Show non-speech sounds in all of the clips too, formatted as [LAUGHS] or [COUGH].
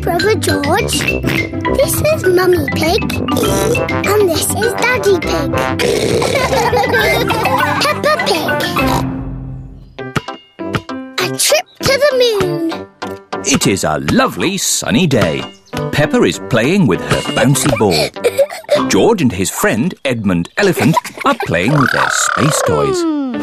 Brother George. This is Mummy Pig. And this is Daddy Pig. [LAUGHS] Peppa Pig. A trip to the moon. [LAUGHS] It is a lovely sunny day. Pepper is playing with her bouncy ball. George and his friend Edmund Elephant are playing with their space toys. moon,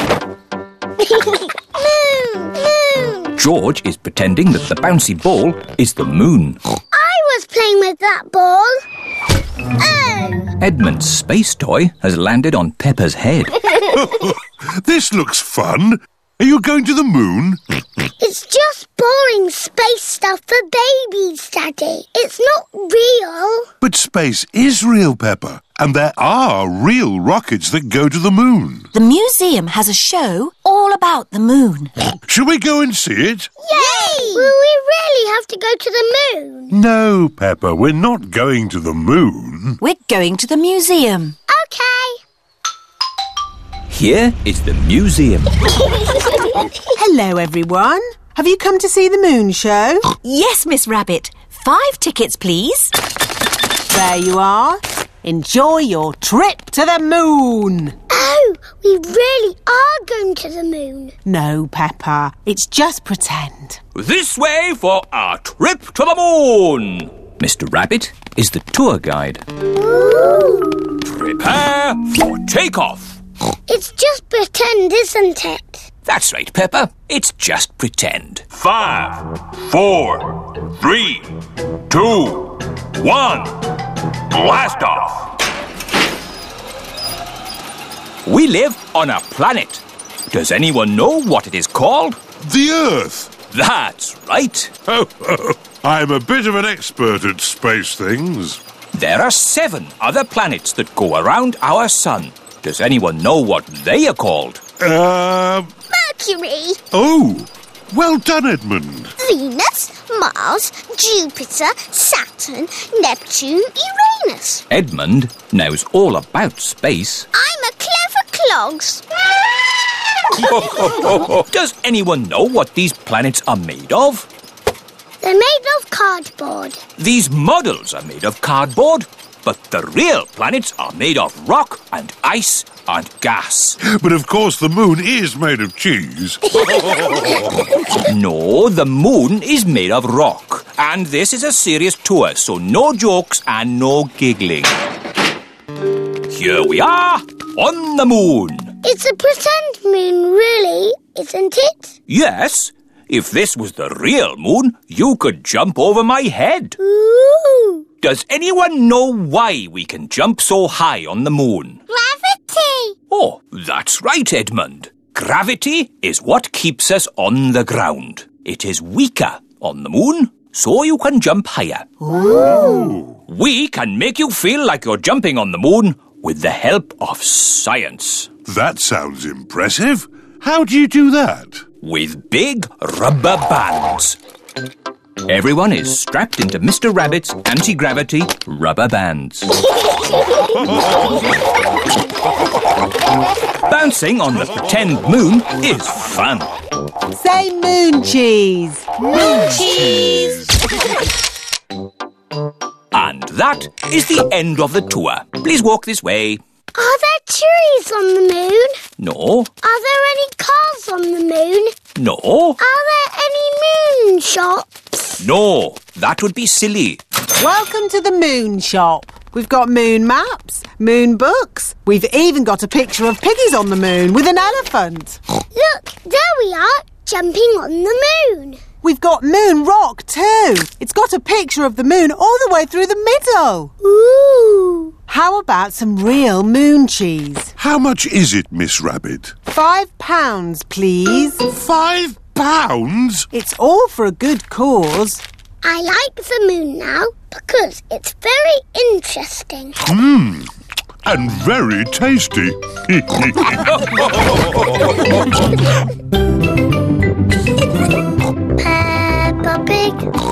moon. George is pretending that the bouncy ball is the moon. I was playing with that ball. Oh, Edmund's space toy has landed on Pepper's head. This looks fun. Are you going to the moon? it's just boring space stuff for babies, Daddy. It's not real. But space is real, Pepper. And there are real rockets that go to the moon. The museum has a show all about the moon. Shall we go and see it? Yay! Will we really have to go to the moon? No, Pepper, we're not going to the moon. We're going to the museum. [LAUGHS] Okay. Here is the museum. Hello, everyone. Have you come to see the moon show? Yes, Miss Rabbit. Five tickets, please. There you are. Enjoy your trip to the moon. Oh, we really are going to the moon. No, Peppa. It's just pretend. This way for our trip to the moon! Mr. Rabbit is the tour guide. Prepare for takeoff! It's just pretend, isn't it? That's right, Pepper. It's just pretend. Five, four, three, two, one. Blast off. We live on a planet. Does anyone know what it is called? The Earth. That's right. I'm a bit of an expert at space things. There are seven other planets that go around our sun. Does anyone know what they are called? Um, Mercury, oh, well done, Edmund. Venus, Mars, Jupiter, Saturn, Neptune, Uranus. Edmund knows all about [LAUGHS] space. I'm a clever clogs. Does anyone know what these planets are made of? [LAUGHS] They're made of cardboard. These models are made of cardboard, but the real planets are made of rock and ice and gas. But of course, the moon is made of cheese. No, the moon is made of rock. And this is a serious tour, so no jokes and no giggling. Here we are on the moon. It's a pretend moon, really, isn't it? Yes, if this was the real moon, you could jump over my head. Ooh, Does anyone know why we can jump so high on the moon? gravity. Oh, that's right, Edmund. Gravity is what keeps us on the ground. It is weaker on the moon, so you can jump higher. We can make you feel like you're jumping on the moon with the help of science. that sounds impressive. How do you do that? With big rubber bands. Everyone is strapped into Mr. Rabbit's anti gravity rubber bands. Bouncing on the pretend moon is fun. Say moon cheese. And that is the end of the tour. Please walk this way. Are there trees on the moon? No, Are there any cars on the moon? no, Are there any moon shops? no. That would be silly. Welcome to the moon shop. We've got moon maps, moon books. We've even got a picture of piggies on the moon with an elephant. Look, there we are, jumping on the moon. We've got moon rock too. It's got a picture of the moon all the way through the middle. Ooh. How about some real moon cheese? How much is it, Miss Rabbit? Five pounds, please. Five pounds? It's all for a good cause. I like the moon now because it's very interesting. Hmm. And very tasty. [LAUGHS] Peppa Pig, [LAUGHS]